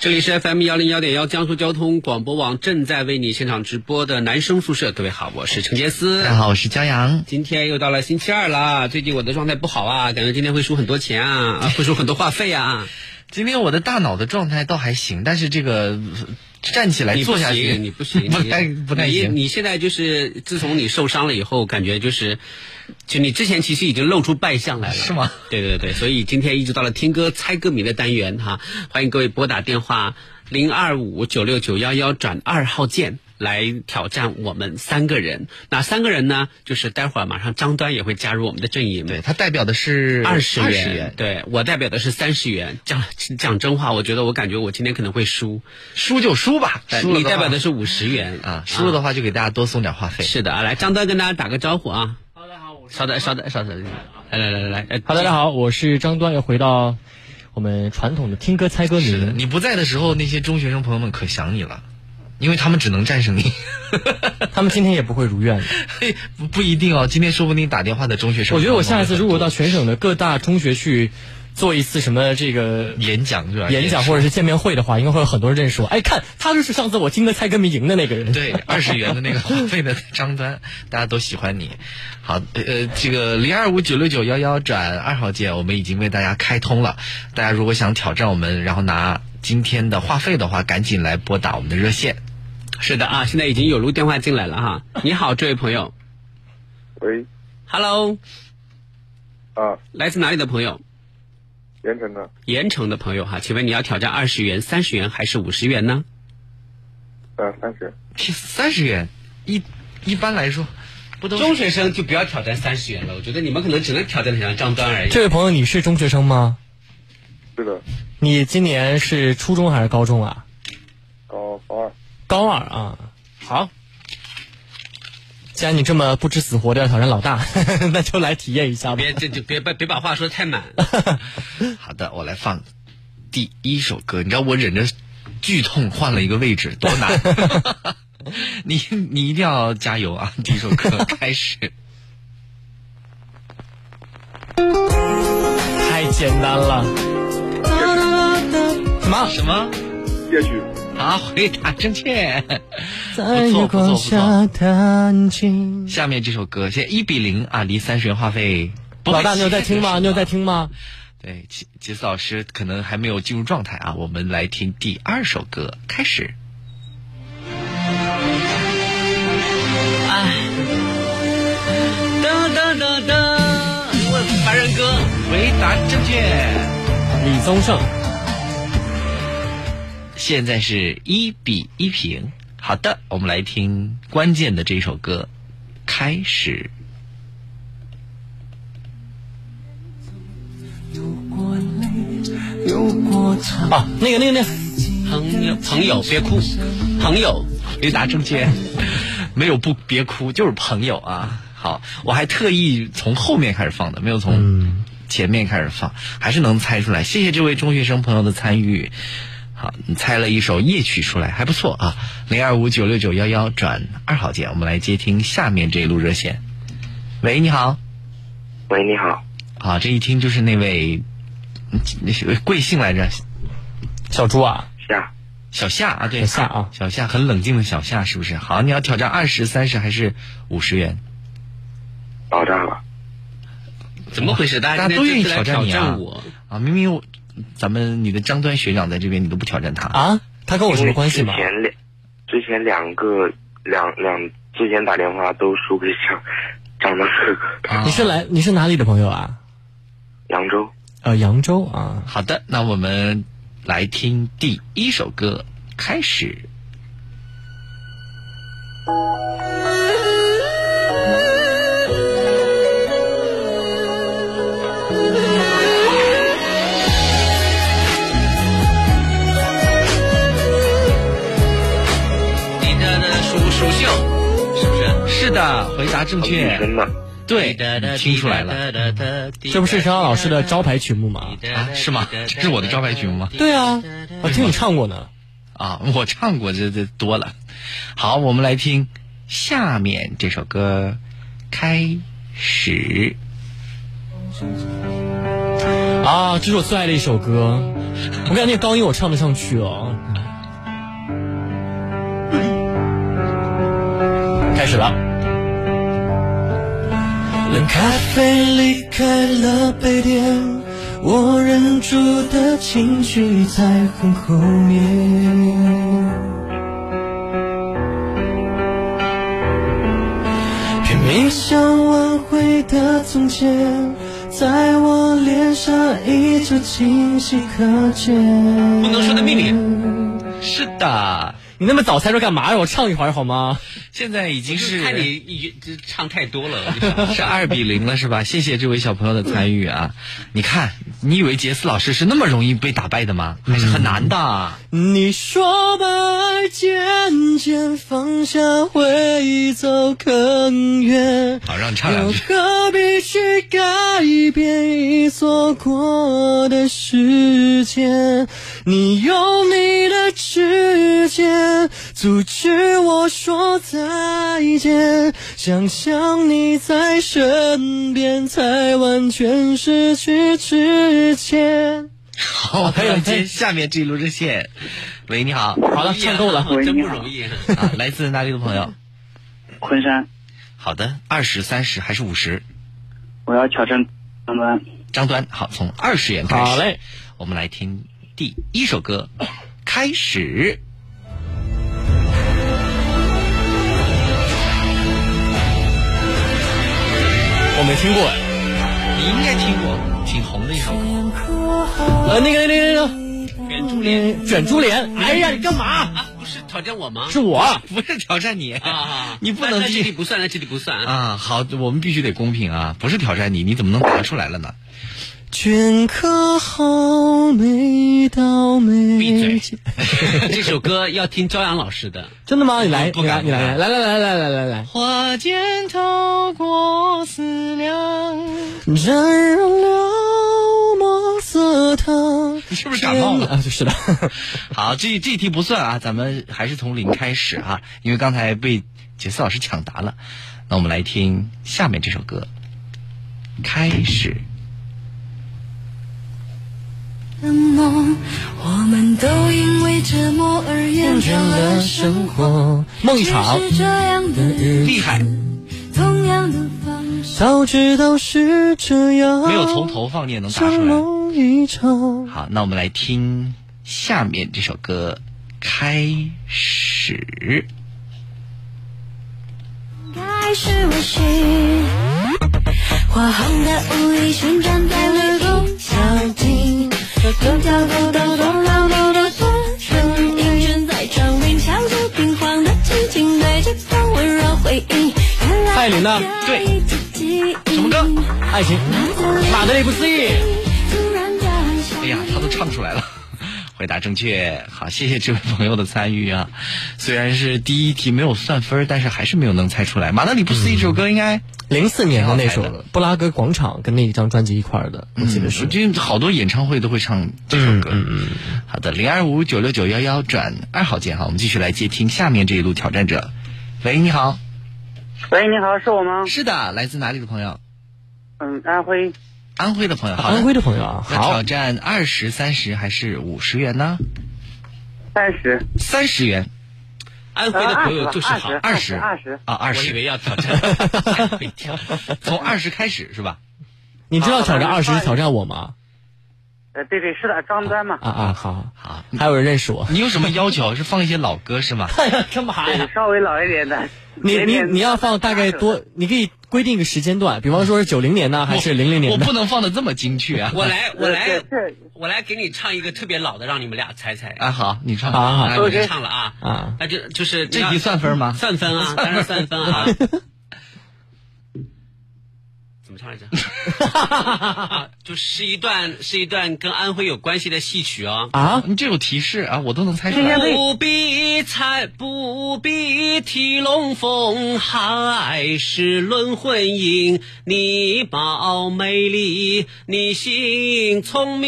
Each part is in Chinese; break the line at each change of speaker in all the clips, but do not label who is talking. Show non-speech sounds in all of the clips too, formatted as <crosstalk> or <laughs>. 这里是 FM 幺零幺点幺江苏交通广播网正在为你现场直播的男生宿舍，各位好，我是陈杰斯，
大家好，我是骄阳。
今天又到了星期二了，最近我的状态不好啊，感觉今天会输很多钱啊，啊会输很多话费啊。
今天我的大脑的状态倒还行，但是这个站起来哎坐下去
你不行，
<laughs> 不太不太行。
你现在就是自从你受伤了以后，感觉就是。就你之前其实已经露出败相来了，
是吗？
对对对，所以今天一直到了听歌猜歌名的单元哈、啊，欢迎各位拨打电话零二五九六九幺幺转二号键来挑战我们三个人。哪三个人呢？就是待会儿马上张端也会加入我们的阵营，
对他代表的是
二十
元，
元对我代表的是三十元。讲讲真话，我觉得我感觉我今天可能会输，
输就输吧。输
哎你代表的是五十元
啊，输了的话就给大家多送点话费。
是的啊，来张端跟大家打个招呼啊。稍等，稍等，稍等，来来来来哎来，
好，大家好，我是张端，又回到我们传统的听歌猜歌名。
你不在的时候，那些中学生朋友们可想你了，因为他们只能战胜你。
他们今天也不会如愿的，
<laughs> 不不一定哦。今天说不定打电话的中学生，
我觉得我下一次如果到全省的各大中学去。做一次什么这个
演讲对吧？
演讲或者是见面会的话，应该会有很多人认识我。哎，看他就是上次我听的猜歌名赢的那个人。
对，二十元的那个话费的张端，大家都喜欢你。好，呃，这个零二五九六九幺幺转二号键，我们已经为大家开通了。大家如果想挑战我们，然后拿今天的话费的话，赶紧来拨打我们的热线。
是的啊，现在已经有路电话进来了哈。你好，这位朋友。
喂。
Hello。
啊。
来自哪里的朋友？
盐城的，
盐城的朋友哈，请问你要挑战二十元、三十元还是五十元呢？
呃，三十。
三十元，一一般来说，不都
中学生就不要挑战三十元了。我觉得你们可能只能挑战像张端而已。
这位朋友，你是中学生吗？
是的。
你今年是初中还是高中啊？
高哦高二。
高二啊，好。既然你这么不知死活的要挑战老大， <laughs> 那就来体验一下吧。
别这就别别别把话说太满。
好的，我来放第一首歌。你知道我忍着剧痛换了一个位置，多 <laughs> 难！你你一定要加油啊！第一首歌开始。
太简单了。
什么什么？
夜曲。
啊，回答正确，
在月光下弹琴。
下面这首歌现在一比零啊，离三十元话费。
老大，你有在听吗？你有在听吗？
对，杰杰斯老师可能还没有进入状态啊，我们来听第二首歌，开始。
哎，噔噔噔噔，我凡人哥，
回答正确，
李宗盛。
现在是一比一平。好的，我们来听关键的这首歌，开始。
啊，那个那个那个，
朋友朋友别哭，朋友
回答正确， <laughs> 没有不别哭，就是朋友啊。好，我还特意从后面开始放的，没有
嗯
从前面开始放，还是能猜出来。谢谢这位中学生朋友的参与。好，你猜了一首夜曲出来，还不错啊！零二五九六九幺幺转二号键，我们来接听下面这一路热线。喂，你好。
喂，你好。
啊，这一听就是那位嗯贵姓来着？
小朱啊。
夏。
小夏啊，对。
小夏啊。
小夏很冷静的小夏是不是？好，你要挑战二十三十还是五十元？
爆炸了！
怎么回事？大
家都愿意挑
战
你啊！
我
啊，明明我。咱们你的张端学长在这边，你都不挑战他
啊？他跟我什么关系吗？
之前两，之前两个两两，之前打电话都输给张 <laughs> 张大
哥。你是来你是哪里的朋友啊？
扬州。
呃，啊扬州啊。
好的，那我们来听第一首歌，开始。回答正
哦女
确。
生嘛，
嗯
对，你听出来了
了，
这不是陈晓老师的招牌曲目吗？
啊？是吗？这是我的招牌曲目吗？
对啊，我听你唱过呢。
啊，我唱过这这多了。好，我们来听下面这首歌，开始。
啊，这是我最爱的一首歌，我感觉高音我唱不上去哦。开始了。冷咖啡离开了杯垫，我忍住的情绪在很后面。拼命想挽回的从前，在我脸上依旧清晰可见。
不能说的秘密。
是的，
你那么早猜出干嘛呀？我唱一会儿好吗？
现在已经
就是
是
看你一这唱太多了，我跟你说
是二比零了，是吧？谢谢这位小朋友的参与啊！你看，你以为杰斯老师是那么容易被打败的吗？还是很难的。啊
你说把爱渐渐放下会走更远，
好，让你唱两句。
何必去改变已错过的时间？你用你的指尖阻止我说再见，想象你在身边，才完全失去之前。
好，
哦
我们要接下面这一路热线。喂，你好，好
好了，唱够了。
真不容易。
啊，来自哪里的朋友？
昆山，
好的，二十、三十还是五十？
我要挑战他们。
张端，好，从二十元开始。
好嘞，
我们来听第一首歌，开始。
我没听过哎。
你应该听过，挺红的一首
<laughs>
歌。
呃，那个那个那个
卷珠帘
卷珠帘，哎呀，你干嘛？
啊，不是挑战我吗？
是我，
不是挑战你
啊，
你不能
那这里
去
不算，那这里不算啊。
啊！好，我们必须得公平啊！不是挑战你，你怎么能答出来了呢？
镌刻好每道眉。
闭嘴！ <laughs> 这首歌要听朝阳老师的，
真的吗？你来，
不
你来，
敢
你来，
不
来来来来来来来。
花间透过思量，
沾染了墨色烫。
你是不是感冒 <laughs> 了？
啊，是的。
好，这这一题不算啊，咱们还是从零开始啊，因为刚才被杰斯老师抢答了。那我们来听下面这首歌，开始。
的梦，我们都因为折磨而厌倦了生活。
活，梦一场。
只是这样的日，
厉害，
同样的方式。
早知道是这样，
没有从头放你也能答出
像
来。
梦一场。
好，那我们来听下面这首歌，开始。
该是我是火红的舞衣，旋转在微风小径，狗叫狗斗咚唠叨的歌声音，正在窗边敲出金黄的轻轻对着光温柔回应。原来
艾琳娜
对，什么歌？
爱情，马德里不思议。
哎呀，他都唱出来了。回答正确，好，谢谢这位朋友的参与啊。虽然是第一题没有算分儿，但是还是没有能猜出来。马德里不思议这首歌应该、
零四年的那
挺
首
好猜的
《布拉格广场》跟那一张专辑一块儿的，我记得是
嗯我。觉得好多演唱会都会唱这首歌。嗯嗯。好的，零二五九六九幺幺转二号键哈，我们继续来接听下面这一路挑战者。喂，你好，
喂，你好，是我吗？
是的，来自哪里的朋友？
嗯，安徽，
安徽的朋友，好的
安徽的朋友啊，
那
好
挑，战二十、三十还是五十元呢？
三十，
三十元，
安徽的朋友啊就是好，
呃
二
二
十，
十二十
啊，二
我以为
十，
要挑
<laughs>
战，吓我一跳
从二十开始是吧？
你知道挑战
好
二十
好
挑战我吗？
呃，对对，是的，张丹嘛，
啊啊，好，
好，
还有人认识我。
你有什么要求？是放一些老歌是吗？
哎呀，干嘛
对？稍微老一点的。
你
有
你
点
你要放大概多，你可以规定一个时间段，比方说是九零年呢，还是零零
我
年的
不？能放的这么精确啊！
我来，我来
对呃对，
我来给你唱一个特别老的，让你们俩猜猜。
啊，好，你唱
好好好
啊
我
你
就唱了啊
啊，
那就就是
这啊题算分吗？
算分啊，当然算分啊。怎么唱来着？啊就是一段是一段跟安徽有关系的戏曲哦。
啊，你这有提示啊，我都能猜出来。
不必猜，不必提龙凤，海市论婚姻。你貌美丽，你心聪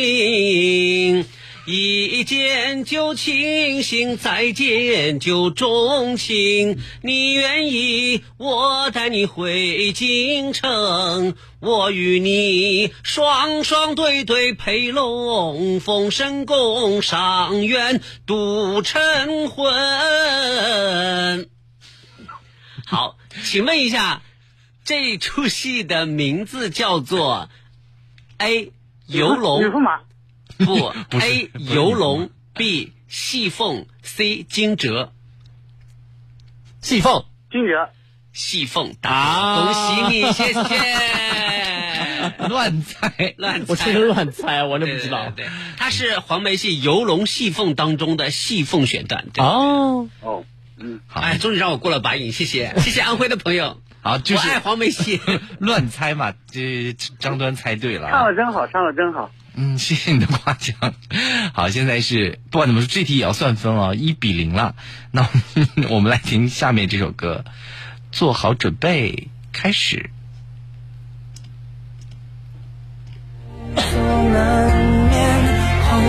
明。一见就倾心，再见就钟情。你愿意，我带你回京城。我与你双双对对，配龙凤神功，赏月度晨昏。好，请问一下，这出戏的名字叫做 A 游龙。
女驸马，
不
不是
，A
不是
游龙，B 戏凤，C 惊蛰。
戏凤，
金姐，
戏凤答对，
啊
恭喜你，谢谢。
乱猜，
乱猜，
我这是乱猜，我真
对
不知道。
对对对它是黄梅戏《游龙戏凤》当中的戏凤选段。对，
哦，
哦，嗯，
好
哎，终于让我过了把瘾，谢谢，谢谢安徽的朋友。
好，就
我爱
是
黄梅戏。
乱猜嘛，这张端猜对了啊。
唱的真好，唱的真好。
嗯， <laughs> 谢谢你的夸奖。好，现在是不管怎么说，这题也要算分啊、一比零了。那我们 <laughs> 我们来听下面这首歌，做好准备，开始。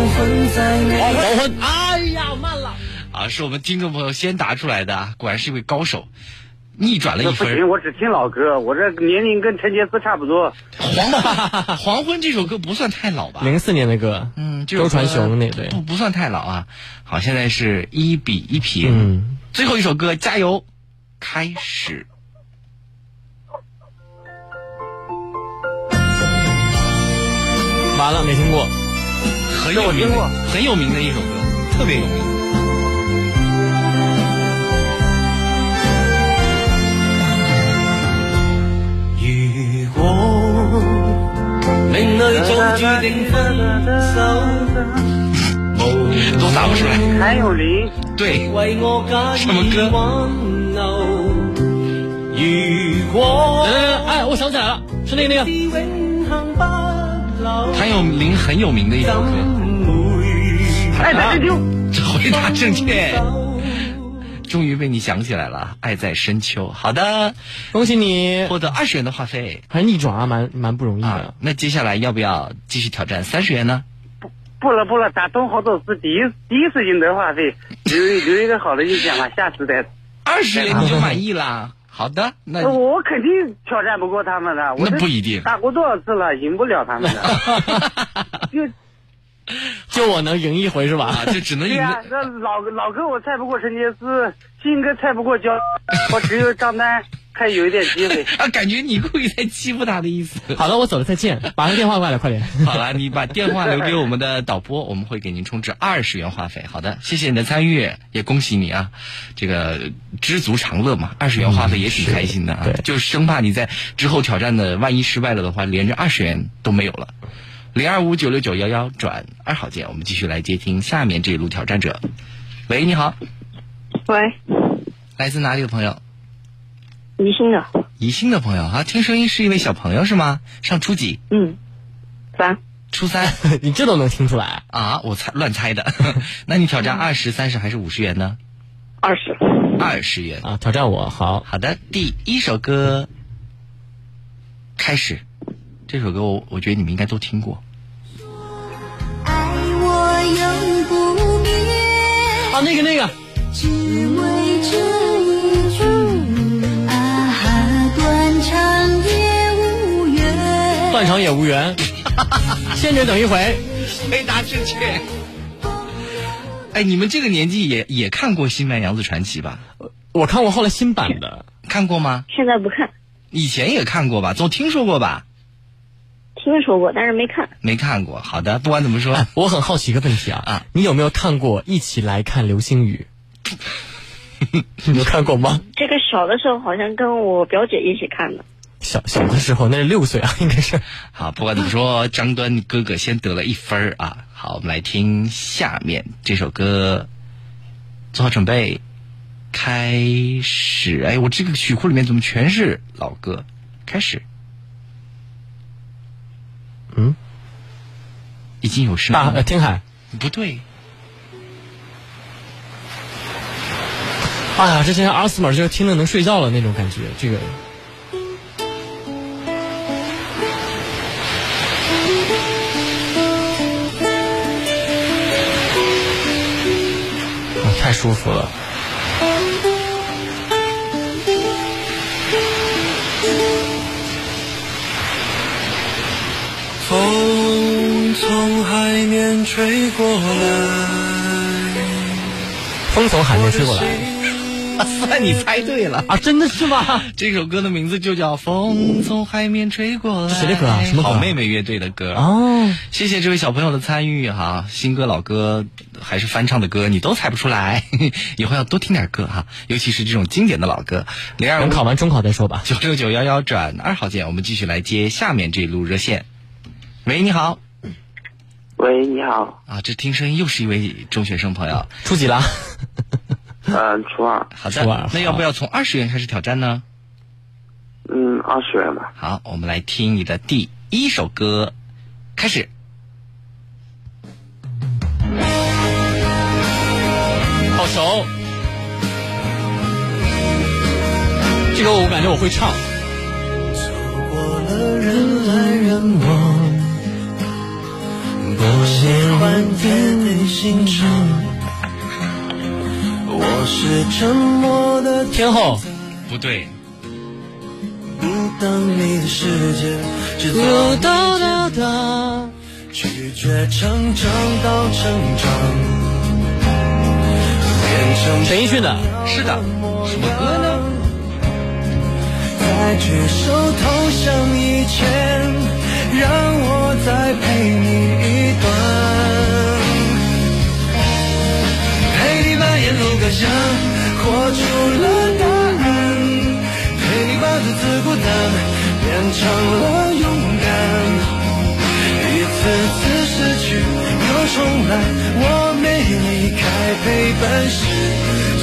黄昏，哎呀，慢了。
啊，是我们听众朋友先答出来的啊，果然是一位高手，逆转了
那
一
不
分
行，
儿。
我只听老歌，我这年龄跟陈杰斯差不多。
黄昏， <laughs> 黄昏这首歌不算太老吧？
零四年的歌，
嗯，这首
周传
歌
雄那对，
不不算太老啊。好，现在是一比一平，
嗯，
最后一首歌，加油，开始。
完了没听过，
很有名的，很有名的一首歌，特别有名。
命里早注定分手，
都答不出来。
谭咏麟，
对，
为我假
什么歌
挽留。如
呃
果
来来来，哎，我想起来了，是那个那个，
永恒不老，
谭咏麟很有名的一首歌。
爱在深秋。
回答正确，终于被你想起来了，《爱在深秋》。好的，
恭喜你，
获得二十元的话费
还逆转啊，蛮蛮不容易
啊
的。。
那接下来要不要继续挑战三十元呢？
不了不了，打通好多次，第一第一次赢得话费，留一留一个好的印象吧，下次再。
二十元你就满意啦？好的，那
我肯定挑战不过他们的，我
那
这
不一定
打过多少次了，赢不了
<laughs>
他们的。就
就我能赢一回是吧
啊，？就只能
对
赢
呀、
得
那老老歌我猜不过陈杰斯，新歌猜不过焦，我只有张丹还有一点机 <laughs> 会。
啊！感觉你故意在欺负他的意思。
好了，我走了，再见，
<laughs>
把上电话挂了，快点。
好了，你把电话留给我们的导播，我们会给您充值二十元话费。好的，谢谢你的参与，也恭喜你啊，这个知足常乐嘛，二十元话费也挺开心的啊，
是对
就生怕你在之后挑战的万一失败了的话，连着二十元都没有了。零二五九六九幺幺转二号键，我们继续来接听下面这一路挑战者。喂，你好，
喂，
来自哪里的朋友？
宜兴的，
宜兴的朋友啊，听声音是一位小朋友是吗？上初几？
嗯，三，
初三
<laughs> 你这都能听出来，
啊？我猜乱猜的。 <laughs> 那你挑战二十、三十还是五十元呢？
嗯二十，
二十元。
啊？挑战我，好，
好的，第一首歌开始。这首歌我我觉得你们应该都听过。
爱我永不灭，
啊，那个那个，
只为这一句啊哈，断肠也无缘。
断肠也无缘，仙女等一回，
回答正确。哎，你们这个年纪也也看过《新白娘子传奇》吧？
我看过后来新
<laughs>
版的，
看过吗？
现在不看，
以前也看过吧？总听说过吧？
听说过，但是没看。
没看过。好的，不管怎么说，
哎，我很好奇一个问题啊
啊，
你有没有看过《一起来看流星
<laughs>
雨》？你有看过吗？
这个小的时候好像跟我表姐一起看的，
小小的时候，那是六岁啊，应该是。
好，不管怎么说，张端哥哥先得了一分儿啊。好，我们来听下面这首歌，做好准备，开始。哎，我这个曲库里面怎么全是老歌？开始。
嗯，
已经有声
大
音
呃
了，
听海。
不对， <laughs>
哎呀，这真是阿斯玛，就是听着能睡觉了那种感觉。这个啊太舒服了。
风从海面吹过来，
风从海面吹过来
啊，算你猜对了。
啊，真的是吗？
这首歌的名字就叫《风从海面吹过来》，
这谁的歌啊什么歌啊
好妹妹乐队的歌。
哦，
谢谢这位小朋友的参与哈、新歌、老歌还是翻唱的歌，你都猜不出来，以后要多听点歌哈、尤其是这种经典的老歌。零二
等
五
考完中考再说吧。
九六九幺幺转二号键，我们继续来接下面这一路热线。喂，你好
喂，你好，
啊，这听声音又是一位中学生朋友。
初几啦？
嗯、初二，
好
初二
的，那要不要从二十元开始挑战呢？
嗯，二十元吧，
好，我们来听你的第一首歌，开始。
好熟。这个我感觉我会唱。天后，
不对，
哒哒哒，陈奕迅的，
是的，什么歌呢？
再举手投降以前，让我再陪你一段，陪你把沿路感想活出了答案，陪你把独自孤单变成了勇敢。一次次失去又重来，我没离开，陪伴是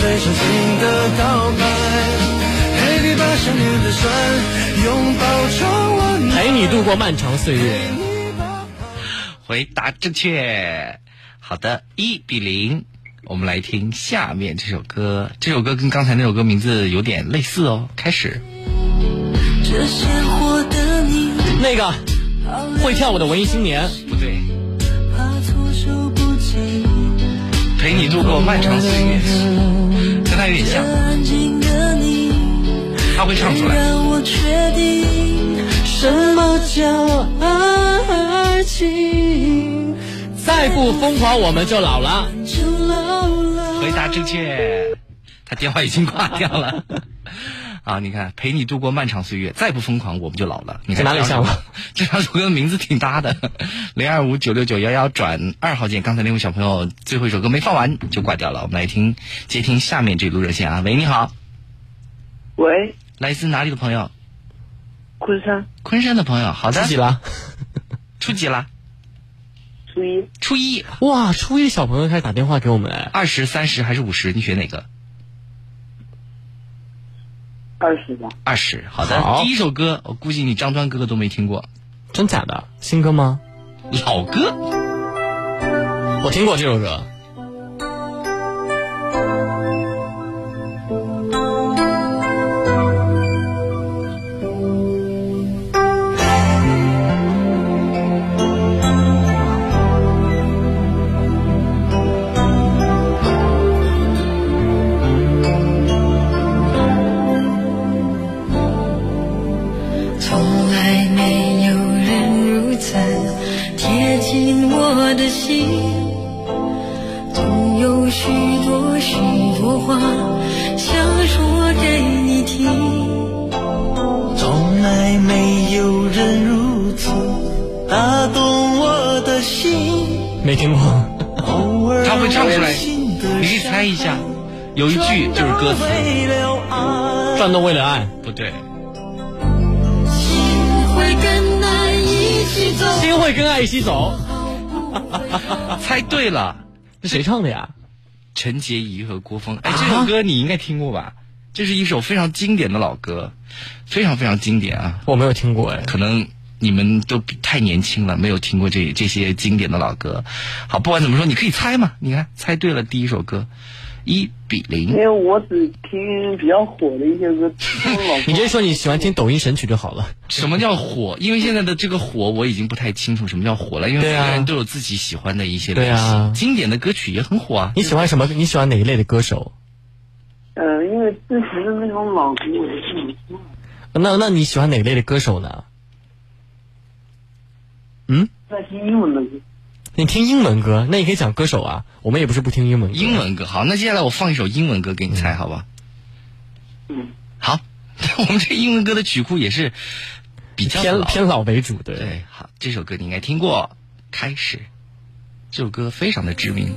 最深情的告白。陪你把想念的酸拥抱成温暖。
陪你度过漫长岁月。
回答正确。好的，一比零。我们来听下面这首歌，这首歌跟刚才那首歌名字有点类似哦。开始，
这鲜活的你，
那个会跳舞的文艺青年，
不对，
怕措手不及。
陪你度过漫长岁月，跟他有点
这
像，
安静的你，
他会唱出来。
让我确定什么叫爱情。
再不疯狂我们就老了。
就老了。
回答正确，他电话已经挂掉了。 <laughs> 啊，你看，陪你度过漫长岁月，再不疯狂我们就老了。你看
这哪里像
了
了？
<laughs> 这两首歌的名字挺搭的， <laughs> 零二五九六九幺幺转二号键。刚才那位小朋友最后一首歌没放完就挂掉了，我们来听接听下面这路热线啊。喂，你好，
喂，
来自哪里的朋友？
昆山
昆山的朋友，好的，
自
<laughs>
己了？
初几了？
初一，
初一、
哇，初一小朋友开始打电话给我们哎，
二十三十还是五十？你选哪个？
二十吧，
二十，好的。
好
第一首歌，我估计你张专哥哥都没听过，
真假的？新歌吗？
老歌。
我听过这首歌。
从来没有人如此贴近我的心，总有许多许多话想说给你听。
从来没有人如此打动我的心，
没听过，
偶尔
他会唱出来
你
你可以猜一下，有一句就是歌词，
转动为了爱，
不对，
心会跟爱一起走，
心会跟爱一起走。
猜对了。
这谁唱的呀？
陈洁仪和郭峰，哎，这首歌你应该听过吧？这是一首非常经典的老歌，非常非常经典啊，
我没有听过哎，
可能你们都比太年轻了，没有听过这这些经典的老歌。好，不管怎么说，你可以猜嘛。你看，猜对了第一首歌，一比
因
零。
为我只听比较火的一些歌，听老
你
<laughs>
直接说你喜欢听抖音神曲就好了。
什么叫火？因为现在的这个火，我已经不太清楚什么叫火了，因为
对
每
啊
个人都有自己喜欢的一些东西。
对啊
经典的歌曲也很火啊。
你喜欢什么？你喜欢哪一类的歌手？
嗯
呃，因为之前的那种老歌我都是没听过。
那那你喜欢哪类的歌手呢？嗯，
在听英文的歌，
你听英文歌，那你可以讲歌手啊。我们也不是不听英文歌。
英文歌好，那接下来我放一首英文歌给你猜，好吧？
嗯，
好， <laughs> 我们这英文歌的曲库也是比较
偏
老
偏老为主，对。
对，好，这首歌你应该听过，《开始》这首歌非常的知名。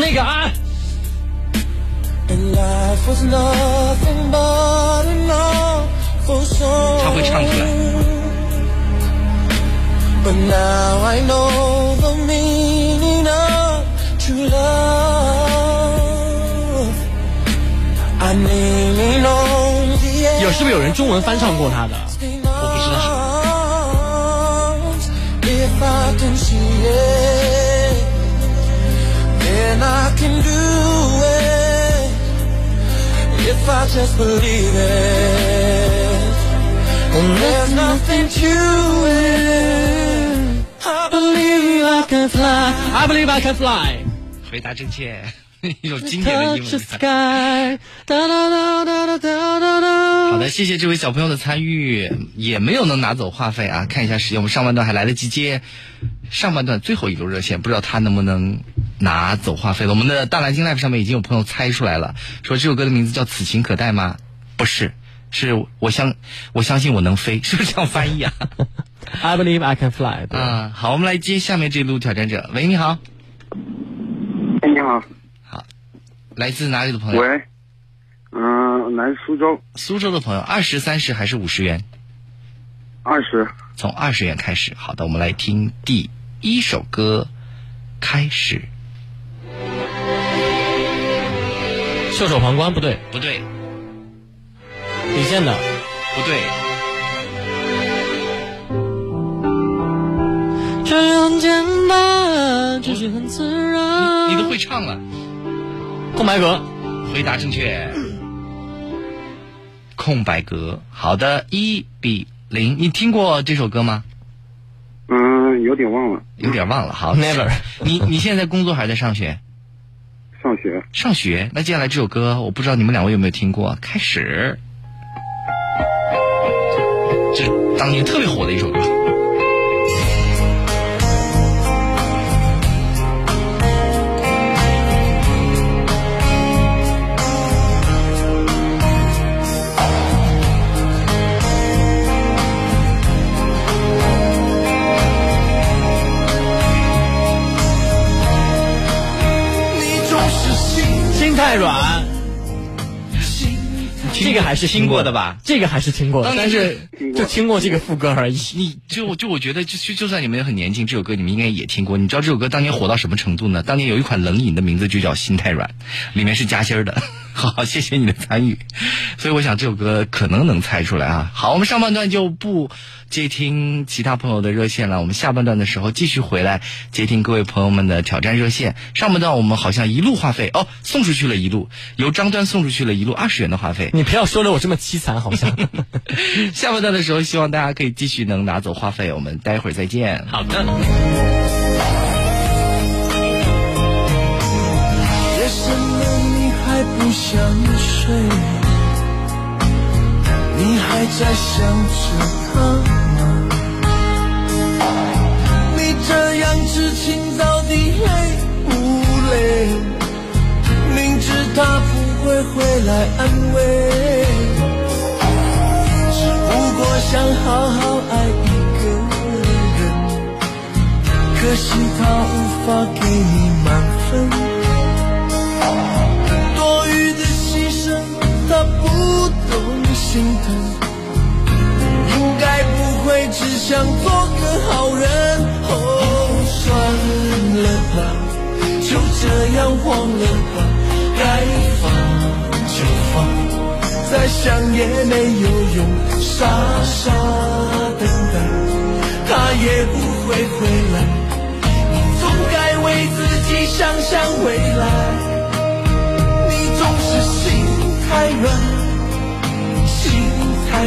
那个啊，
他会唱出来。
But now I know the meaning of true love. I'm leaning on the
有是不是有人中文翻唱过他的？
empty arms. If I can see it, then I can do it. If I just believe it, and there's nothing to it.
I believe I can fly. I believe I can fly.
回答正确， <laughs> 一首经典的英
Touch
文歌。
the sky. Da da da da da da da
好
da.
的，谢谢这位小朋友的参与，也没有能拿走话费啊。看一下时间，我们上半段还来得及接上半段最后一路热线，不知道他能不能拿走话费了。我们的大蓝鲸 live 上面已经有朋友猜出来了，说这首歌的名字叫《此情可待》吗？不是，是我相我相信我能飞，是不是这样翻译啊？
I believe I can fly. 对
啊、好，我们来接下面这路挑战者。喂，你好，
哎，你好，
来自哪里的朋友？
喂，嗯、来苏州，
苏州的朋友，二十三十还是五十元？
二十，
从二十元开始。好的，我们来听第一首歌，开始。
袖手旁观不对，
不对，
李健的。
不对，
这很简单，这是很自然。
你都会唱了。
嗯空白格。
回答正确。空白格。好的，一比零。你听过这首歌吗？
嗯、有点忘了，
有点忘了。好
Never
你你现在工作还是在上学？
上学，
上学。那接下来这首歌，我不知道你们两位有没有听过。开始，这是当年特别火的一首歌。
你总是心
心太软，这个还是
听过的吧？
这个还是听过的，
当
但
然
是就听过这个副歌而已。
你就就我觉得就就就算你们也很年轻，这首歌你们应该也听过。你知道这首歌当年火到什么程度呢？当年有一款冷饮的名字就叫《心太软》，里面是夹心儿的。 <laughs> 好，谢谢你的参与。所以我想这首歌可能能猜出来啊。好，我们上半段就不接听其他朋友的热线了，我们下半段的时候继续回来接听各位朋友们的挑战热线。上半段我们好像一路话费哦送出去了一路，由张端送出去了一路二十元的话费。
你不要说的我这么凄惨，好像。
<laughs> 下半段的时候，希望大家可以继续能拿走话费。我们待会儿再见。
好的。
夜深了，你还不想睡？你还在想着他吗？你这样痴情到底累不累？明知他不会回来安慰，只不过想好好爱一个人，可惜他无法给你满分。多余的牺牲，他不懂心疼，应该不会只想做个好人。哦，算了吧，就这样忘了吧，该放就放，再再想也没有用，傻傻等待，他也不会回来。你总该为自己想想未来，你总是心太软，心太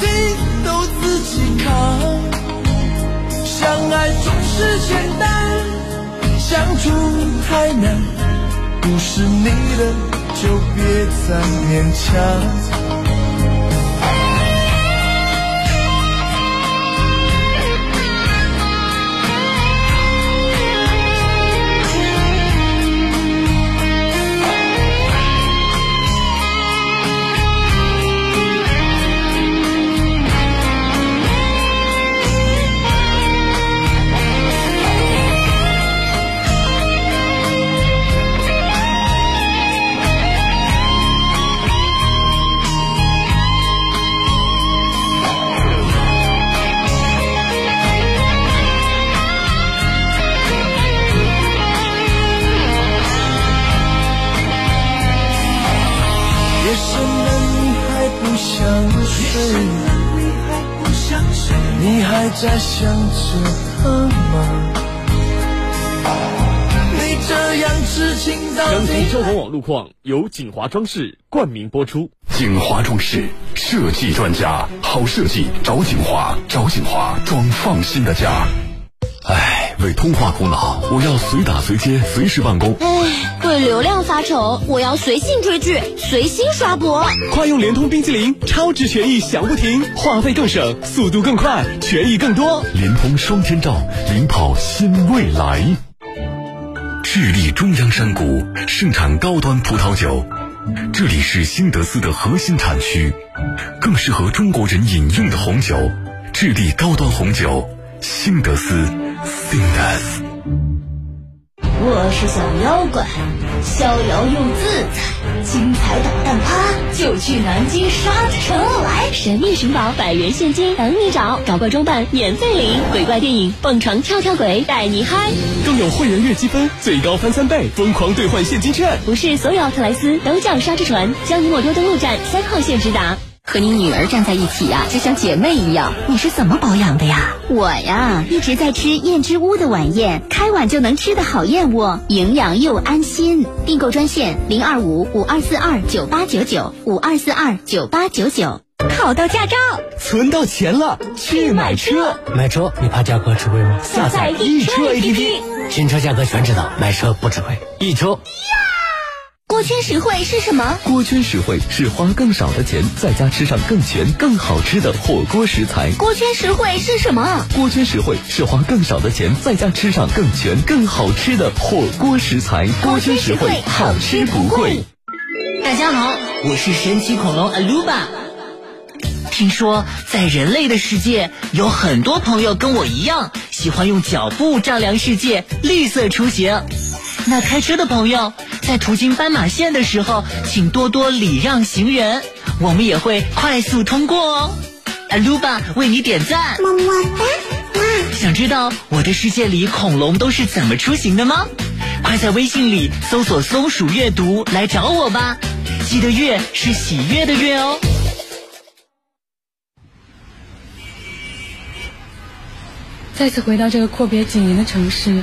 题都自己扛。相爱总是简单，相处太难，不是你的就别再勉强。夜深了你还不想睡？你还在想着他吗？你这样痴情到
江
底
苏。中宏网路况由锦华装饰冠名播出。
锦华装饰设计专家，好设计找锦华，找锦华装放心的家。唉，为通话苦恼，我要随打随接，随时办公。
唉，为流量发愁，我要随性追剧，随心刷博。
快用联通冰激凌，超值权益享不停，话费更省，速度更快，权益更多。
联通双天照，领跑新未来。智利中央山谷盛产高端葡萄酒，这里是新德斯的核心产区，更适合中国人饮用的红酒。智利高端红酒，新德斯 s i n d e s
我是小妖怪，逍遥又自在，精彩捣蛋趴就去南京沙城来。神秘寻宝，百元现金等你找，搞怪装扮免费领，鬼怪电影蹦床跳跳鬼带你嗨。
更有会员月积分最高翻三倍，疯狂兑换现金券。
不是所有奥特莱斯都叫沙之船，江宁莫州登陆站三号线直达。和你女儿站在一起啊呀、就像姐妹一样。你是怎么保养的呀？我呀，一直在吃燕之屋的晚宴，开碗就能吃的好燕窝，营养又安心。订购专线零二五五二四二九八九九五二四二九八九九。考到驾照，
存到钱了，去买车。
买车你怕价格吃亏吗？
下载易车 APP。
新车价格全知道，买车不吃亏。一车
锅圈实惠是什么？
锅圈实惠是花更少的钱，在家吃上更全、更好吃的火锅食材。
锅圈实惠是什么？
锅圈实惠是花更少的钱，在家吃上更全、更好吃的火锅食材。
锅圈实惠好吃不贵。
大家好，我是神奇恐龙 Aluba。听说在人类的世界，有很多朋友跟我一样，喜欢用脚步丈量世界，绿色出行。那开车的朋友，在途经斑马线的时候，请多多礼让行人，我们也会快速通过哦。Aluba 为你点赞，么么哒！想知道我的世界里恐龙都是怎么出行的吗？快在微信里搜索“松鼠阅读”来找我吧，记得“月”是喜悦的“月”哦。
再次回到这个阔别几年的城市，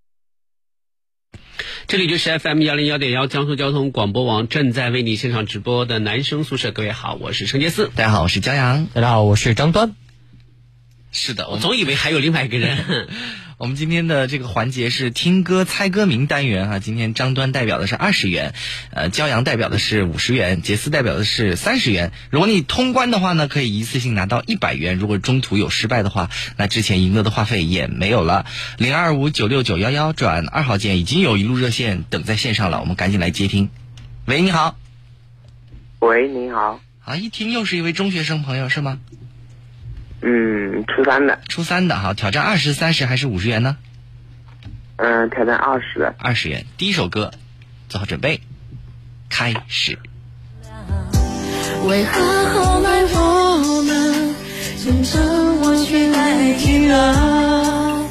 这里就是 FM 幺零幺点幺江苏交通广播网正在为你现场直播的男生宿舍，各位好，我是陈杰斯。
大家好，我是江阳。
大家好，我是张端。
是的，我
我
们
总以为还有另外一个人，
我们今天的这个环节是听歌猜歌名单元哈、今天张端代表的是二十元，呃，骄阳代表的是五十元，杰斯代表的是三十元。如果你通关的话呢，可以一次性拿到一百元。如果中途有失败的话，那之前赢得的话费也没有了。零二五九六九幺幺转二号键已经有一路热线等在线上了，我们赶紧来接听。喂，你好。
喂，你好，
啊，一听又是一位中学生朋友是吗？
嗯，初三的，
初三的哈，挑战二十、三十还是五十元呢？
嗯、挑战二十，
二十元。第一首歌，做好准备， <laughs> 开始。
为何后来我们牵着我去南京啊？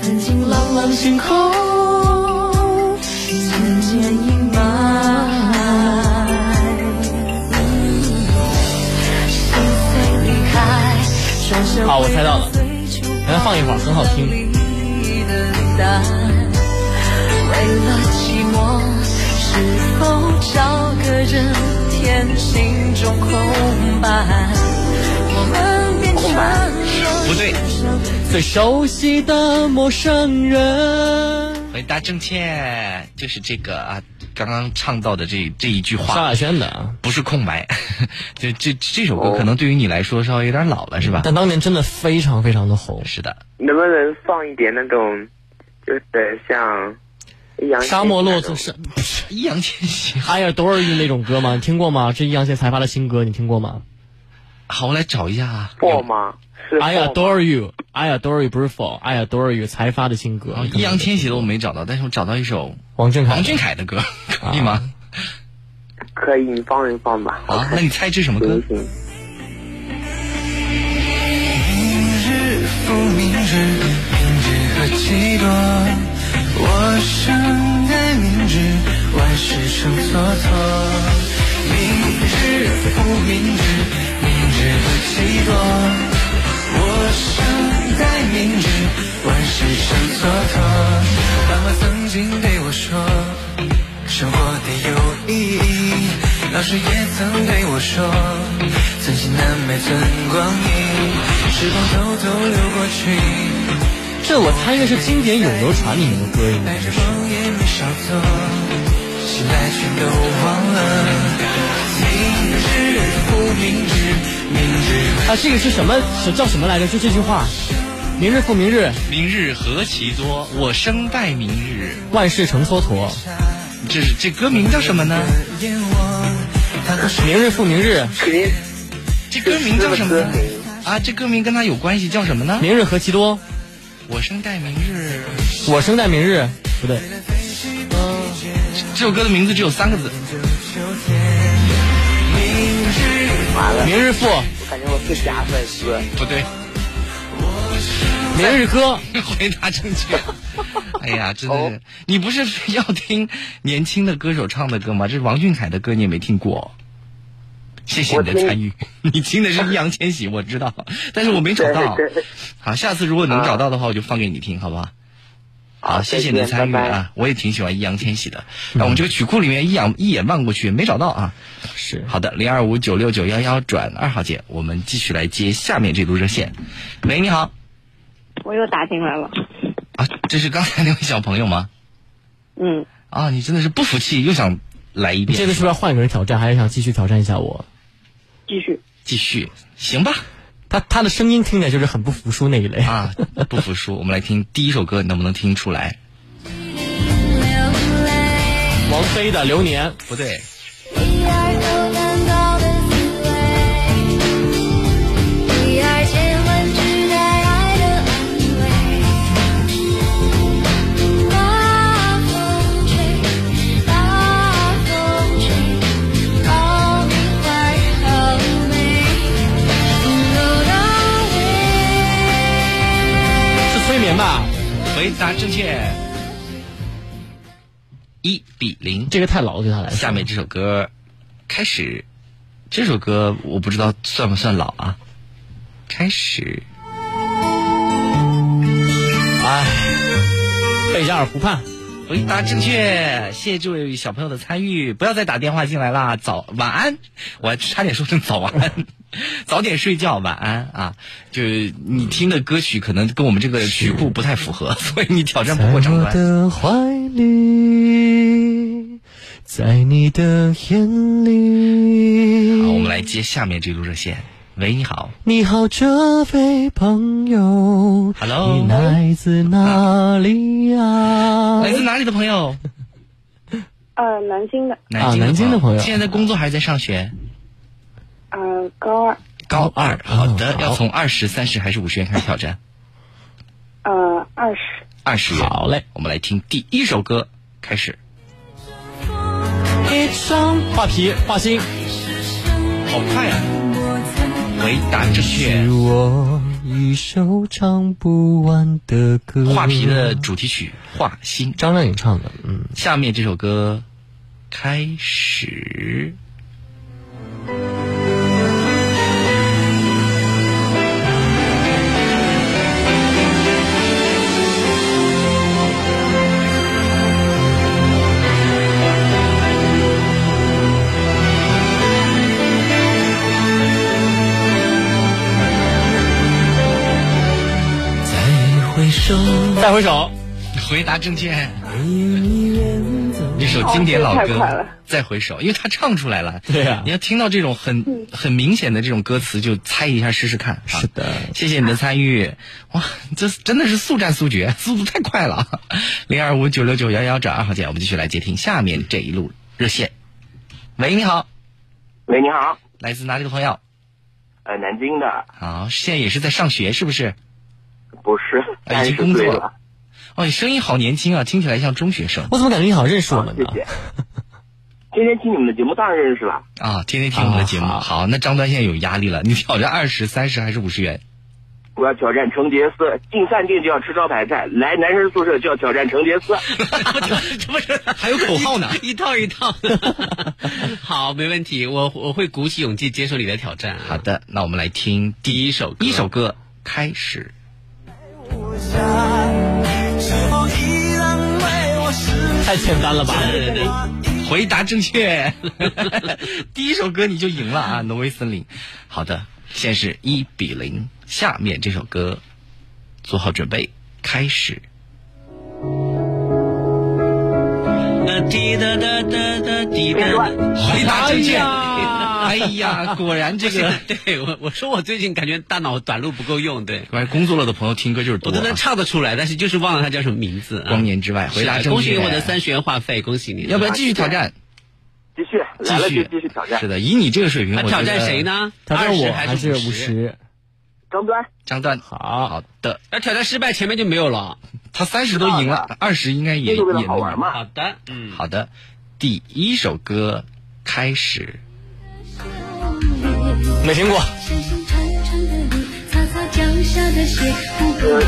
曾经朗朗星空，渐渐阴霾。心碎离开，转身
啊我猜到了让它放一会儿很好听。
为了寂寞，是否找个人填心中空白？我们变成了
不对，
最熟悉的陌生人。
回答正确，就是这个啊，刚刚唱到的这这一句话。
萧亚轩的啊，
不是空白， <laughs> 就这这首歌可能对于你来说稍微有点老了，是吧？
但当年真的非常非常的红。
是的，
能不能放一点那种，就是像易烊千
沙漠落总是
易烊千玺，
海尔多尔那种歌吗？你听过吗？这易烊千玺才发的新歌，你听过吗
好，我来找一下啊。
破吗？是
？I
破吗
adore you, I adore you 不是 for, I adore you 才发的新歌。
哦易烊千玺的我没找到，但是我找到一首
王俊凯的
王俊凯 <laughs> 的歌，可以吗？
可以，你放一放吧。
啊
好，那你猜这什么歌？
日复明日，明日何其多。我深爱明日，万事成蹉跎。明日复明日，明日何其多。我深爱明日，万事成蹉跎。爸妈曾经对我说，生活得有意义。老师也曾对我说，存心难买存光阴。时光偷偷流过去，
这我猜应该是经典《永流传》里面的歌，应该是。
梦也没少做，醒来全都忘了。明日复明日，明日
啊，这个是什么？是叫什么来着？就这句话，明日复明日，
明日何其多，我生待明日。
万事成蹉跎。
这是这歌名叫什么呢？
<laughs> 明日复明日，
这歌名叫什么呢？啊，这歌名跟他有关系，叫什么呢？
明日何其多，
我生待明日。
我生待明日。不对，
这这首歌的名字只有三个字。
完了，
明日复，
我感觉我是假粉丝。
不对，
明日歌。
<laughs> 回答正
<laughs>
确。哎呀，真的是，你不是要听年轻的歌手唱的歌吗？这是王俊凯的歌，你也没听过。谢谢你的参与， <laughs> 你听的是易烊千玺，我知道，但是我没找到
对对对。
好，下次如果能找到的话，我就放给你听，好不好？好，谢谢你的参与
再见拜
啊！我也挺喜欢易烊千玺的。那我们这个曲库里面一眼一眼望过去没找到啊。
是
好的，零二五九六九幺幺转二号键，我们继续来接下面这路热线。喂，你好
我又打进来了。
啊，这是刚才那位小朋友吗？
嗯，
啊，你真的是不服气，又想来一
你
遍。
这次是不是要换个人挑战，还是想继续挑战一下我？
继续。
继续，行吧？
他他的声音听起来就是很不服输那一类。
啊，不服输，我们来听第一首歌，你能不能听出来？
王菲的《流年》，
不对，
一爱都难道的滋味，一爱千万只待爱的安慰。大风吹，大风吹，好明白，好美，no no
是催眠吧？
回答正确，一比零。
这个太老了，对他来说。
下面这首歌开始，这首歌我不知道算不算老啊？开始，
哎，贝加尔湖畔，
回答哎正确，谢谢这位小朋友的参与，不要再打电话进来啦，早晚安，我还差点说成早安。 <laughs> 早点睡觉，晚安啊！就是你听的歌曲可能跟我们这个曲库不太符合， <laughs> 所以你挑战不过
在
长
我
官。
的怀里，在你的眼里。
好，我们来接下面这路热线。喂，你好，
你好，这位朋友。
Hello
你来自哪里呀、
来自哪里的朋友？
呃，南京的，
南京
啊南京的朋友
现在在工作还是在上学？
呃，高二，
高二，好的，呃要从二十三十还是五十元开始挑战？
呃，二十，
二十元，好嘞，我们来听第一首歌，开始。
一张画皮画心，
好快啊！回答正确。
是我一首唱不完的歌。
画皮的主题曲《画心》，
张靓颖唱的。嗯，
下面这首歌开始。
再回首，
再回首，
回答正确。一首经典老
哦这太快
歌
了，
再回首，因为他唱出来了。
对啊
你要听到这种很很明显的这种歌词，就猜一下试试看。是的，谢谢你的参与。哇，这真的是速战速决，速度太快了。 <laughs> 零二五九六九幺幺找二号键，我们继续来接听下面这一路热线。喂，你好，
喂，你好，
来自哪里的朋友？
呃，南京的，
好，现在也是在上学，是不是？
不是，
啊，
三
已
十
经工作
岁了。。
哦，你声音好年轻啊，听起来像中学生。
我怎么感觉你好像认识我们呢？
天天听你们的节目，当然认识了。
啊，天天听我们的节目。好，那张端现在有压力了， <laughs> 你挑战二十、三十还是五十元？
我要挑战成杰斯，进饭店就要吃招牌菜，来男生宿舍就要挑战成杰
<laughs>
斯。
还有口号呢，一套一套。 <laughs> 好，没问题，我我会鼓起勇气接受你的挑战。
好的，那我们来听第一首一首歌开始。
是否依然为我是
太简单了吧？
回答正确， <laughs> 第一首歌你就赢了啊！挪威森林。好的，现在是一比零。下面这首歌，做好准备，开始。
滴答答答答滴答，
回答正确。哎
哎
呀，果然这个，
<laughs> 对我我说我最近感觉大脑短路不够用，对。
果然工作了的朋友听歌就是
我
多啊。
都能唱得出来，但是就是忘了他叫什么名字啊。
光年之外回答
是
正
恭喜
确
你获得三十元话费，恭喜你！
要不然继续挑战？
啊继续，来了就继续挑战。
是的，以你这个水平，
他
我觉得呃
挑战谁呢
挑战我
20还是
五
十？
张端，
张端，好好的，
那挑战失败前面就没有了。
他三十都赢了，二十应该也
这就为了
也
好
能
玩
赢
嘛好的，嗯，
好的，第一首歌开始，
没听过。
呃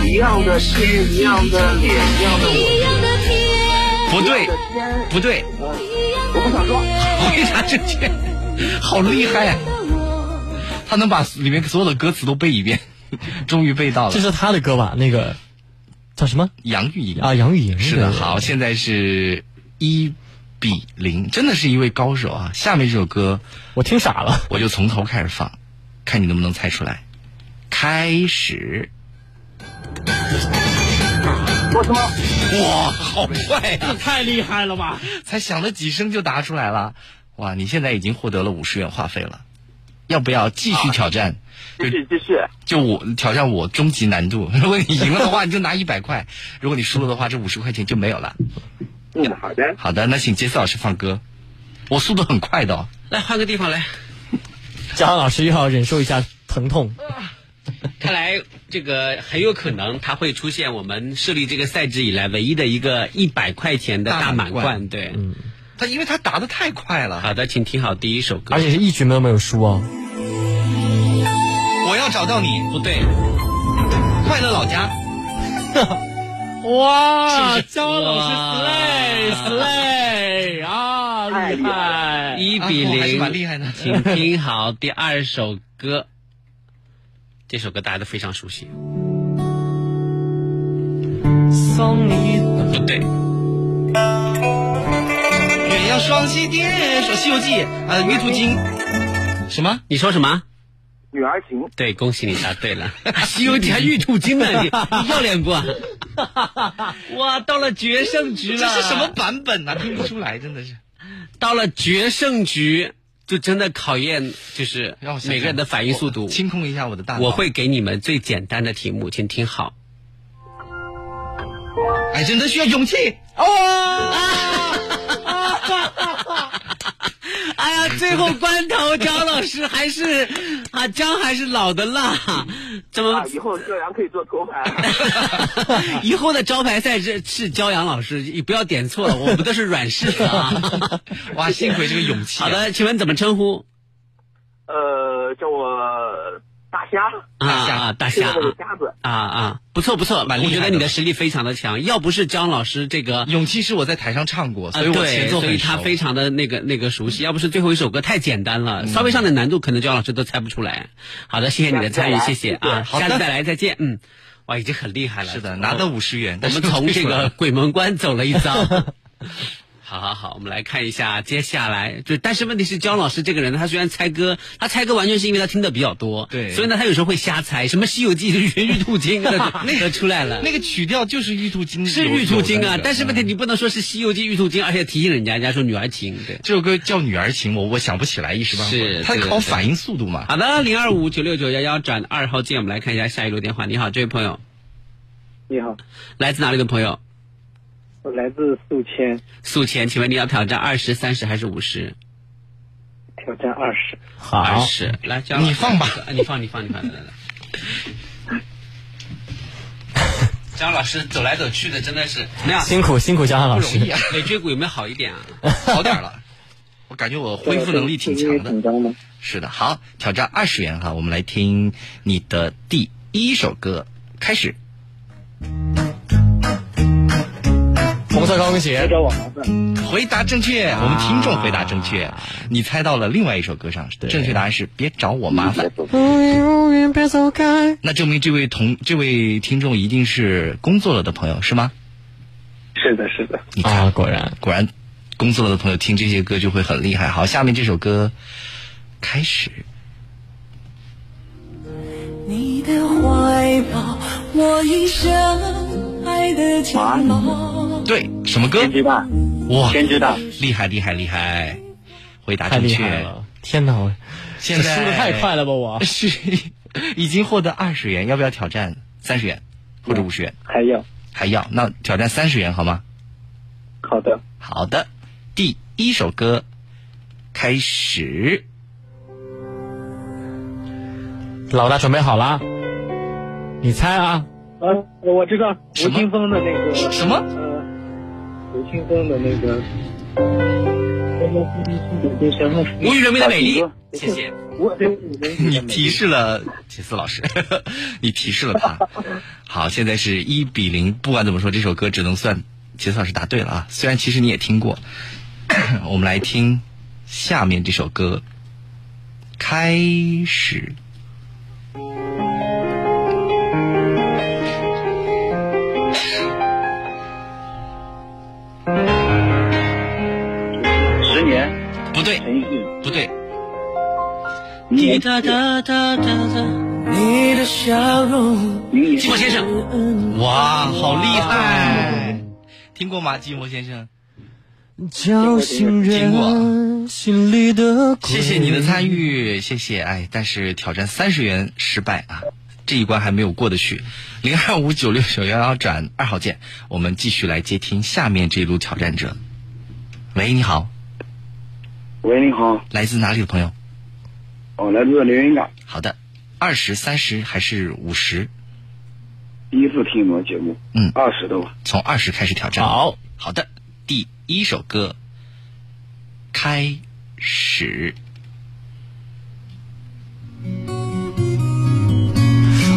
一样的心，一样的脸，一样的我。
不对，不对，
嗯我不想说。
回答正确，好厉害！啊他能把里面所有的歌词都背一遍， <laughs> 终于背到了。
这是他的歌吧？那个叫什么？
杨钰莹
啊杨钰莹
是的，
对
好，现在是一比零，真的是一位高手啊！下面这首歌
我听傻了，
我就从头开始放，看你能不能猜出来。开始，
我什么？
哇，好快啊！
太厉害了吧！
才响了几声就答出来了，哇！你现在已经获得了五十元话费了，要不要继续挑战？
继续继续，
就我挑战我终极难度， <laughs> 如果你赢了的话，你就拿一百块；如果你输了的话，这五十块钱就没有了。
嗯，好的。
好的，那请杰斯老师放歌，我速度很快的、哦。
来换个地方来。
嘉航老师又要忍受一下疼痛。
看来这个很有可能它会出现我们设立这个赛制以来唯一的一个一百块钱的大满
大满贯嗯
贯，对。
他因为他答的太快了。
好的，请听好第一首
哎
歌。
而且是一局都没有输哦。
我要找到你，
不对，
快乐老家。
哇
是不是
嘉航
啊
老师 slay slay 啊，
太
厉害！
一比
啊我还是
零，
蛮厉害的
请听好第二首歌，这首歌大家都非常熟悉。
送你
不对，
鸳啊鸯双栖蝶，说《西游记》呃，《迷途经》什么？
你说什么？
女儿情。
对，恭喜你答对了。 <laughs> 西游记还玉兔精呢，啊你你要脸
<laughs>
不？哇，到了决胜局
这是什么版本呢、听不出来，真的是。
到了决胜局，就真的考验就是
让我想想
每个人的反应速度。
清空一下我的大脑。
我会给你们最简单的题目，请听好。
哎，真的需要勇气。
<laughs> 哎呀，最后关头，张老师还是啊，张还是老的辣，怎么
啊，以后骄阳可以做头牌了。
<laughs> 以后的招牌赛是是骄阳老师，你不要点错了，我们都是软柿子
<laughs>
啊！
哇，幸亏这个勇气啊
好的，请问怎么称呼？
呃，叫我大虾，
啊啊，大虾
这个
啊
虾子。
啊啊，不错不错，
厉
我
害的
觉得你的实力非常的强，要不是张老师这个。
勇气是我在台上唱过，所以
啊
我
对
前奏
所
很
以他
熟。
非常的那个那个熟悉，要不是最后一首歌太简单了，稍微上点难度，可能焦老师都猜不出来。好的，谢谢你的参与，
下
谢
次再来
谢
谢谢
啊，
好
下次
的
再来，再见，嗯，哇，已经很厉害了，
是的，拿到五十元，
我
但是
们从这
退出来
个
了
鬼门关走了一
<laughs>
遭。好好好，我们来看一下接下来，就但是问题是，姜老师这个人，他虽然猜歌，他猜歌完全是因为他听的比较多，
对
所以呢，他有时候会瞎猜，什么《西游记》就是玉兔精，那个出来
<laughs> <laughs>
了，
那个曲调就是玉兔精，
是玉兔精啊，但是问
问
题
题
你不能说是《西游记》玉兔精，而且提醒人家，人家说女儿情，对。
这首歌叫《女儿情》，我我想不起来一时半会
是啊
儿。它
对
考
对
反应速度嘛？
好的，零二五九六九幺幺转二号键，我们来看一下下一路电话。你好，这位朋友，
你好，
来自哪里的朋友？
我来自宿迁，
宿迁，请问你要挑战二十、三十还是五十？
挑战二十。
二十，来，姜老师
你放吧
啊你放，你放，你放，来来来。姜老师走来走去的，真的是没有
辛苦辛苦，江汉老师
不容易啊，
尾椎骨有没有好一点啊？
好点儿了，我感觉我恢复能力挺强的。
紧张吗？
是的，好，挑战二十元哈，我们来听你的第一首歌，开始。
红色高跟鞋，
找网红的。
回答正确，我们听众回答正确，
啊
你猜到了另外一首歌上，正确答案是别找我麻烦。
永远别走开。
那证明这位同这位听众一定是工作了的朋友是吗？
是的，是的。
你看，
啊，果然
果然工作了的朋友听这些歌就会很厉害。好，下面这首歌开始。
你的怀抱，我一生爱的紧抱。
对，什么歌？
天知道，
哇，
天知道。
厉害厉害厉害！回答
太
正
厉害
确，
了！天哪，我
现在
输的太快了吧我？
是已经获得二十元，要不要挑战三十元或者五十元？
还有，
还要？那挑战三十元好吗？
好的，
好的，第一首歌开始，
老大准备好了？你猜啊？
呃，我我知道
什
吴
么
青峰的那个
什么
呃，吴青峰的那个。
无
嗯
无
与伦比的美丽，谢谢。
我对你的
你提示了杰斯老师， <laughs> 你提示了
<laughs>
他。好，现在是一比零，不管怎么说，这首歌只能算杰斯老师答对了啊。虽然其实你也听过， <clears throat> 我们来听下面这首歌，开始。
十年，
不对，
陈奕迅。
不对，
滴答答答答答，
你的笑容，
明
寂寞先生，
哇，好厉害！听过吗，寂寞先生？
叫醒人心里的鬼。
谢谢你的参与，谢谢。哎，但是挑战三十元失败啊，这一关还没有过得去。零二五九六九幺幺转二号键，我们继续来接听下面这一路挑战者。喂，你好，
喂，你好，
来自哪里的朋友？
我
哦
来自连云港，
好的，二十三十还是五十？
第一次听你们的节目，
嗯
二十的吧，
从二十开始挑战。
好，
好的，第一首歌开始。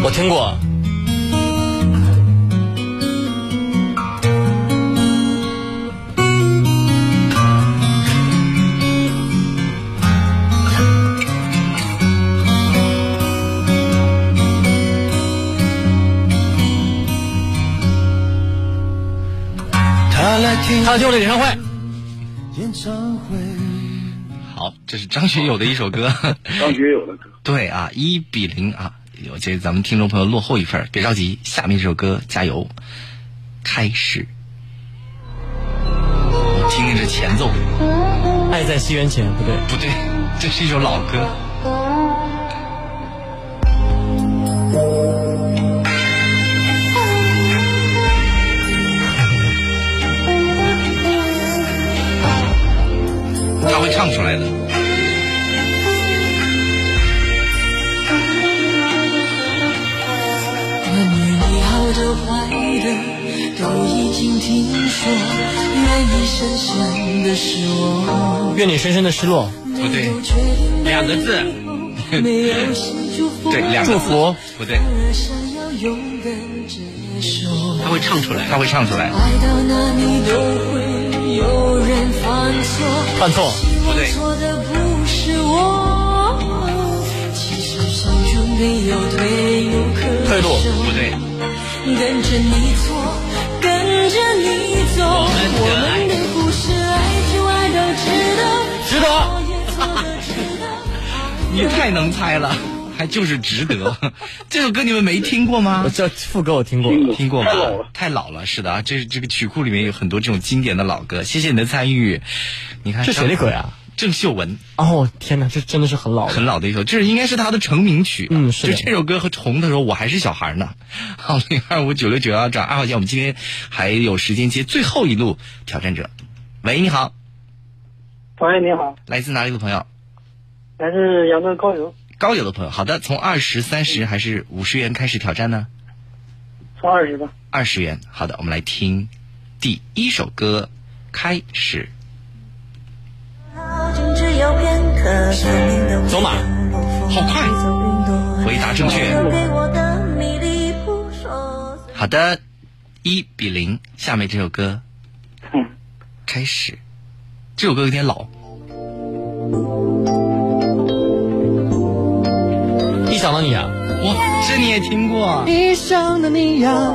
我听过。
他来听
他来听我的演唱会，
演唱会。
好，好，这是张学友的一首歌。
张学友的歌。
对啊，一比零啊！我觉得咱们听众朋友落后一份儿，别着急，下面这首歌加油，开始。我听听这前奏，
《爱在西元前》不对，
不对，这是一首老歌。 <laughs> 他会唱出来的。
关于你好的坏的都已经听说，愿你深深的是我。
愿你深深的失落，
不哦对，
两个字，
没
<laughs>
有心祝福，
对，两个
祝福
不对，
想要永远接受。
他会唱出来，
他会唱出来，
爱到哪里都会有人犯错，
犯错，
不对，
错的不是我。其实心中没有退路可
退路
不对，
跟着你错，跟着你走，我们的故事爱就爱到值得，
值得。
你太能猜了，还就是值得。 <laughs> 这首歌你们没听过吗
我？呃这副歌我听过，
听过吧
太老了？
太老了，是的啊，这这个曲库里面有很多这种经典的老歌。谢谢你的参与，你看
这谁的歌呀？
郑秀文，
哦天哪，这真的是很老了。
很老的一首，这应该是他的成名曲。啊
嗯是的
就这首歌和红的时候，我还是小孩呢。好，零二五九六九幺转二号线，我们今天还有时间接最后一路挑战者。喂，你好，
喂，你好，
来自哪里的朋友？
来自扬州高邮，
高友的朋友。好的，从二十、三十还是五十元开始挑战呢？
从二十吧。
二十元。好的，我们来听第一首歌，开始。
停止有片刻，生命的
走马，
好快，回答正确。好的，一比零。下面这首歌，开始。这首歌有点老，
一想到你啊，
哇，这你也听过？啊
一想到你呀，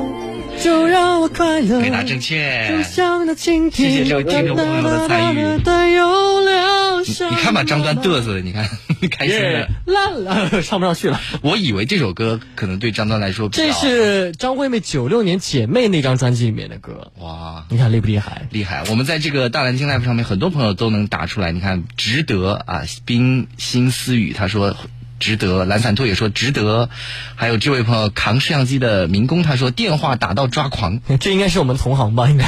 就让我快乐。
回答正确。
想到蜻蜓
谢谢这位听众朋友的参与你
你
看把张端嘚瑟的，你看 <laughs> 开心的。
啦啦，唱不 <laughs> 上去了。
我以为这首歌可能对张端来说比较，
这是张惠妹九六年《姐妹》那张专辑里面的歌，
哇，
你看厉不厉害？ <laughs>
厉害！我们在这个大蓝鲸 live 上面，很多朋友都能答出来。你看，值得啊，冰心思雨他说值得，懒散兔也说值得，还有这位朋友扛摄像机的民工他说电话 <laughs> 打到抓狂，
这应该是我们同行吧？应该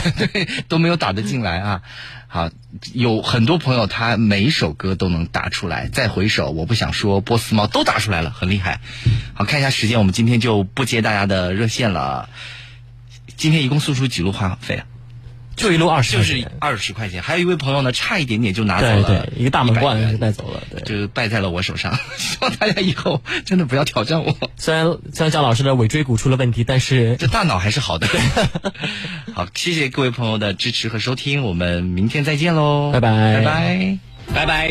都没有打得进来啊。好，有很多朋友他每一首歌都能答出来，再回首我不想说，波斯猫都答出来了，很厉害。好看一下时间，我们今天就不接大家的热线了。今天一共送出几路话费啊？
就一路二十，
就是二十块钱。还有一位朋友呢，差一点点就拿走
对
了
对，一个大满
100
贯
元
就带走了。对，
就败在了我手上。 <laughs> 希望大家以后真的不要挑战我， <laughs>
虽然虽然张老师的尾椎骨出了问题，但是
这大脑还是好的。 <laughs> 好，谢谢各位朋友的支持和收听，我们明天再见喽，
拜拜
拜拜。
拜拜。